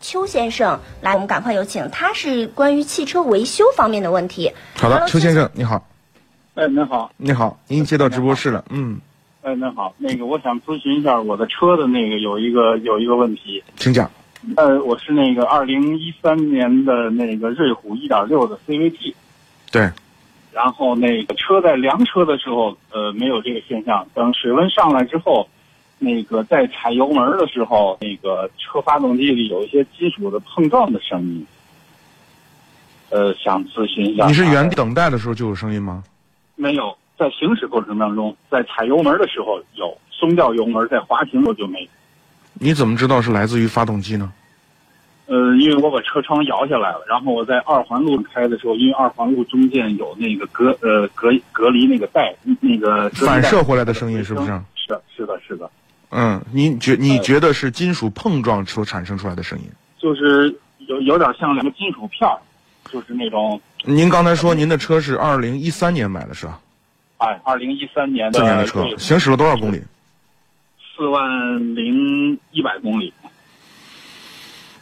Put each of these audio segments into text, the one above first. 邱先生来，我们赶快有请。他是关于汽车维修方面的问题。好的，邱先生你好，哎，您好，你好，您接到直播室了，嗯，哎，您好，那个我想咨询一下我的车的那个有一个有一个问题，请讲。呃，我是那个二零一三年的那个瑞虎一点六的 CVT，对，然后那个车在量车的时候，呃，没有这个现象。等水温上来之后，那个在踩油门的时候，那个车发动机里有一些金属的碰撞的声音。呃，想咨询一下，啊你是原地等待的时候就有声音吗？没有在行驶过程当中，在踩油门的时候有，松掉油门在滑行我就没有。你怎么知道是来自于发动机呢？呃，因为我把车窗摇下来了，然后我在二环路开的时候，因为二环路中间有那个隔呃隔隔离那个带，那个隔离带反射回来的声音是不是？是的，是的，是的，嗯，你觉你觉得是金属碰撞所产生出来的声音？就是有有点像两个金属片儿，就是那种您刚才说您的车是二零一三年买的是吧？哎，二零一三年四的年的车，行驶了多少公里？四万零一百公里，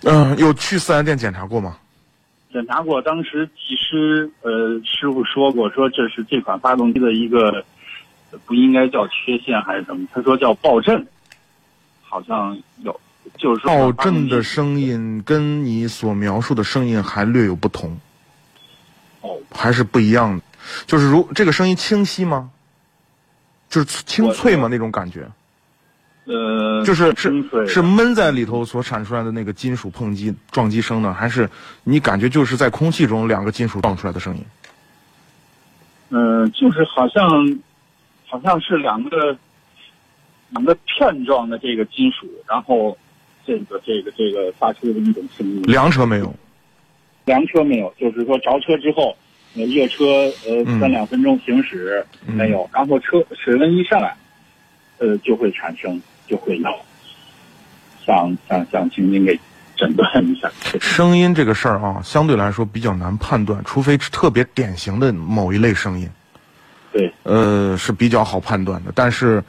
嗯、有去四 S 店检查过吗？检查过，当时技师呃师傅说过，说这是这款发动机的一个呃不应该叫缺陷还是什么，他说叫爆震，好像有，就是说爆发动震机的声音跟你所描述的声音还略有不同，哦，还是不一样的。就是如这个声音清晰吗？就是清脆吗？那种感觉，呃，就是清脆是的是闷在里头所产出来的那个金属碰击撞击声呢，还是你感觉就是在空气中两个金属撞出来的声音？嗯、就是好像好像是两个两个片状的这个金属，然后这个这个这个发出的一种声音。凉车没有？凉车没有，就是说着车之后，呃，热车呃嗯三两分钟行驶、嗯没有，然后车水温一上来，呃，就会产生就会有，想想想请您给诊断一下。声音这个事儿啊，相对来说比较难判断，除非是特别典型的某一类声音。对，呃是比较好判断的，但是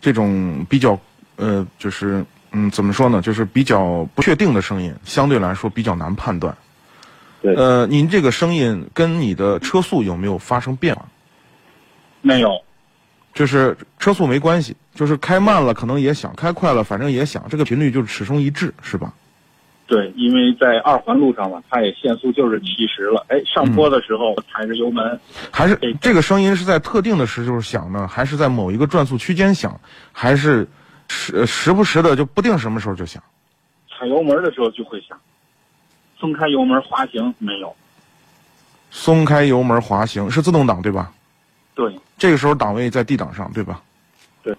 这种比较呃就是嗯怎么说呢，就是比较不确定的声音，相对来说比较难判断。对呃，您这个声音跟你的车速有没有发生变化？没有，就是车速没关系，就是开慢了可能也响，开快了反正也响，这个频率就是始终一致，是吧？对，因为在二环路上嘛，它也限速就是七十了，哎，上坡的时候踩着油门，还是对这个声音是在特定的时候响呢，还是在某一个转速区间响，还是时时不时的就不定什么时候就响？踩油门的时候就会响，松开油门滑行没有，松开油门滑行是自动挡对吧？对，这个时候档位在 D 档上，对吧？对。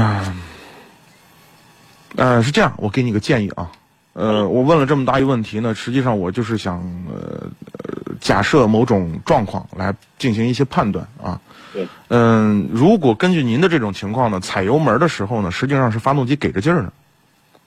啊，呃，是这样，我给你个建议啊。嗯呃，我问了这么大一个问题呢，实际上我就是想呃呃假设某种状况来进行一些判断啊。对。嗯、如果根据您的这种情况呢，踩油门的时候呢，实际上是发动机给着劲儿呢，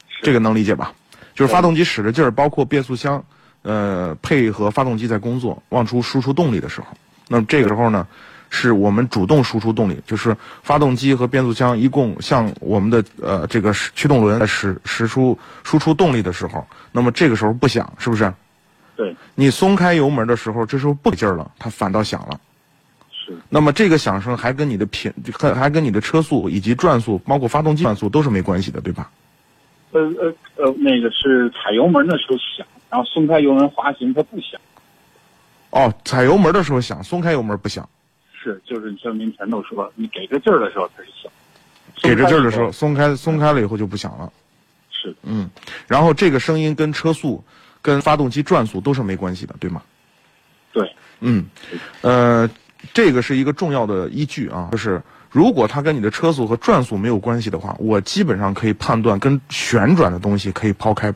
是这个能理解吧？就是发动机使着劲儿，包括变速箱，呃，配合发动机在工作，往出输出动力的时候，那么这个时候呢，是我们主动输出动力，就是发动机和变速箱一共向我们的呃这个驱动轮使使出输出动力的时候，那么这个时候不响，是不是？对，你松开油门的时候，这时候不给劲儿了，它反倒响了。是，那么这个响声还跟你的频，还还跟你的车速以及转速，包括发动机转速都是没关系的，对吧？呃呃呃，那个是踩油门的时候响，然后松开油门滑行它不响，哦，踩油门的时候响，松开油门不响。是就是像您前头说，你给着劲儿的时候它是响，给着劲儿的时候，松开松开松开了以后就不响了。是的嗯，然后这个声音跟车速、跟发动机转速都是没关系的，对吗？对，嗯，呃，这个是一个重要的依据啊，就是如果它跟你的车速和转速没有关系的话，我基本上可以判断跟旋转的东西可以抛开。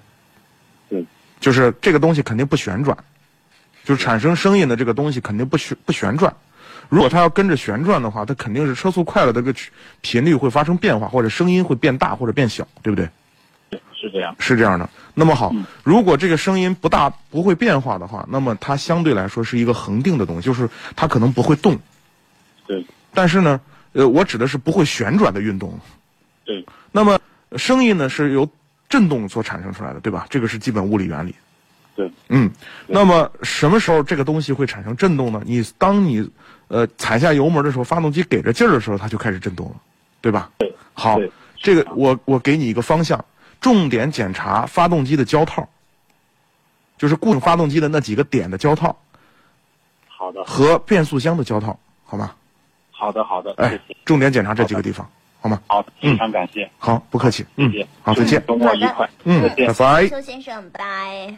对，就是这个东西肯定不旋转，就是产生声音的这个东西肯定不旋不旋转。如果它要跟着旋转的话，它肯定是车速快了，这个频率会发生变化，或者声音会变大或者变小，对不对？是这样，是这样的。那么好嗯，如果这个声音不大不会变化的话，那么它相对来说是一个恒定的东西，就是它可能不会动。对但是呢，呃，我指的是不会旋转的运动。对那么呃声音呢是由震动所产生出来的，对吧？这个是基本物理原理。对，嗯，那么什么时候这个东西会产生震动呢？你当你呃踩下油门的时候，发动机给着劲儿的时候，它就开始震动了，对吧？对，好对，这个我我给你一个方向，重点检查发动机的胶套，就是固定发动机的那几个点的胶套好的，和变速箱的胶套，好吗？好的，好的，谢哎谢，，重点检查这几个地方，好吗？好的，非常感谢，好，不客气，谢嗯谢，，好，再见，周末愉快，嗯再，见拜。拜。邱先生，拜。